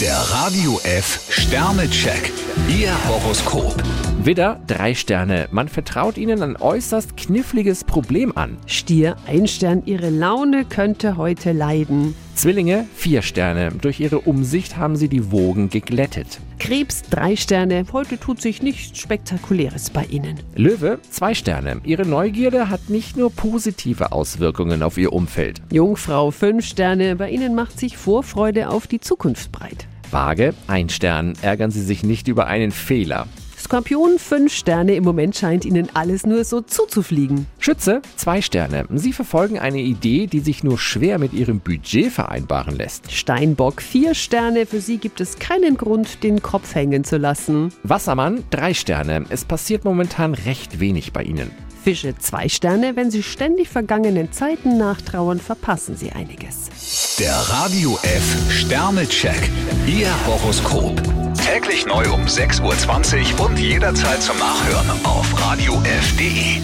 Der Radio F Sternecheck. Ihr Horoskop. Widder, drei Sterne. Man vertraut ihnen ein äußerst kniffliges Problem an. Stier, ein Stern, Ihre Laune könnte heute leiden. Zwillinge, vier Sterne. Durch ihre Umsicht haben sie die Wogen geglättet. Krebs, drei Sterne, heute tut sich nichts Spektakuläres bei Ihnen. Löwe, zwei Sterne. Ihre Neugierde hat nicht nur positive Auswirkungen auf ihr Umfeld. Jungfrau, fünf Sterne, bei Ihnen macht sich Vorfreude auf die Zukunft breit. Waage, ein Stern. Ärgern Sie sich nicht über einen Fehler. Skorpion, fünf Sterne, im Moment scheint Ihnen alles nur so zuzufliegen. Schütze, zwei Sterne. Sie verfolgen eine Idee, die sich nur schwer mit ihrem Budget vereinbaren lässt. Steinbock, vier Sterne, für Sie gibt es keinen Grund, den Kopf hängen zu lassen. Wassermann, drei Sterne. Es passiert momentan recht wenig bei Ihnen. Fische, zwei Sterne, wenn Sie ständig vergangenen Zeiten nachtrauern, verpassen Sie einiges. Der Radio F Sternecheck. Ihr Horoskop. Täglich neu um 6.20 Uhr und jederzeit zum Nachhören auf Radio radiof.de.